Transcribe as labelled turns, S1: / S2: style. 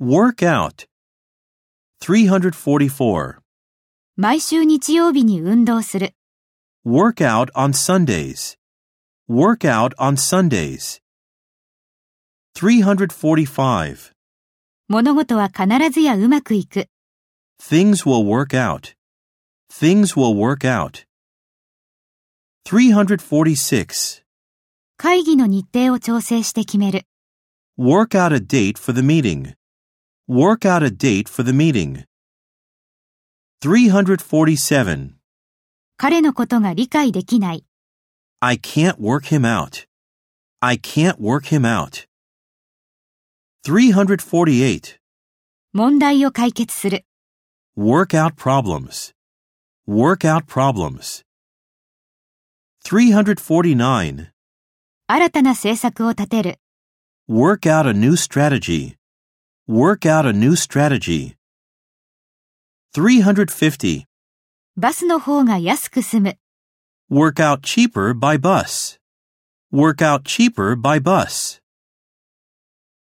S1: Work out. 344.
S2: 毎週日曜日に運動する。
S1: Work out on Sundays. Work out on Sundays. 345.
S2: 物事は必ずやうまくいく。
S1: Things will work out. Things will work out. 346.
S2: 会議の日程を調整して決める。
S1: Work out a date for the meeting. Work out a date for the meeting. 347.
S2: 彼のことが理解できない。
S1: I can't work him out. I can't work him out. 348.
S2: 問題を解決する。
S1: Work out problems. Work out problems. 349.
S2: 新たな政策を立てる。
S1: Work out a new strategy. Work out a new strategy. 350.
S2: バスの方が安く済む。
S1: Work out cheaper by bus. Work out cheaper by bus.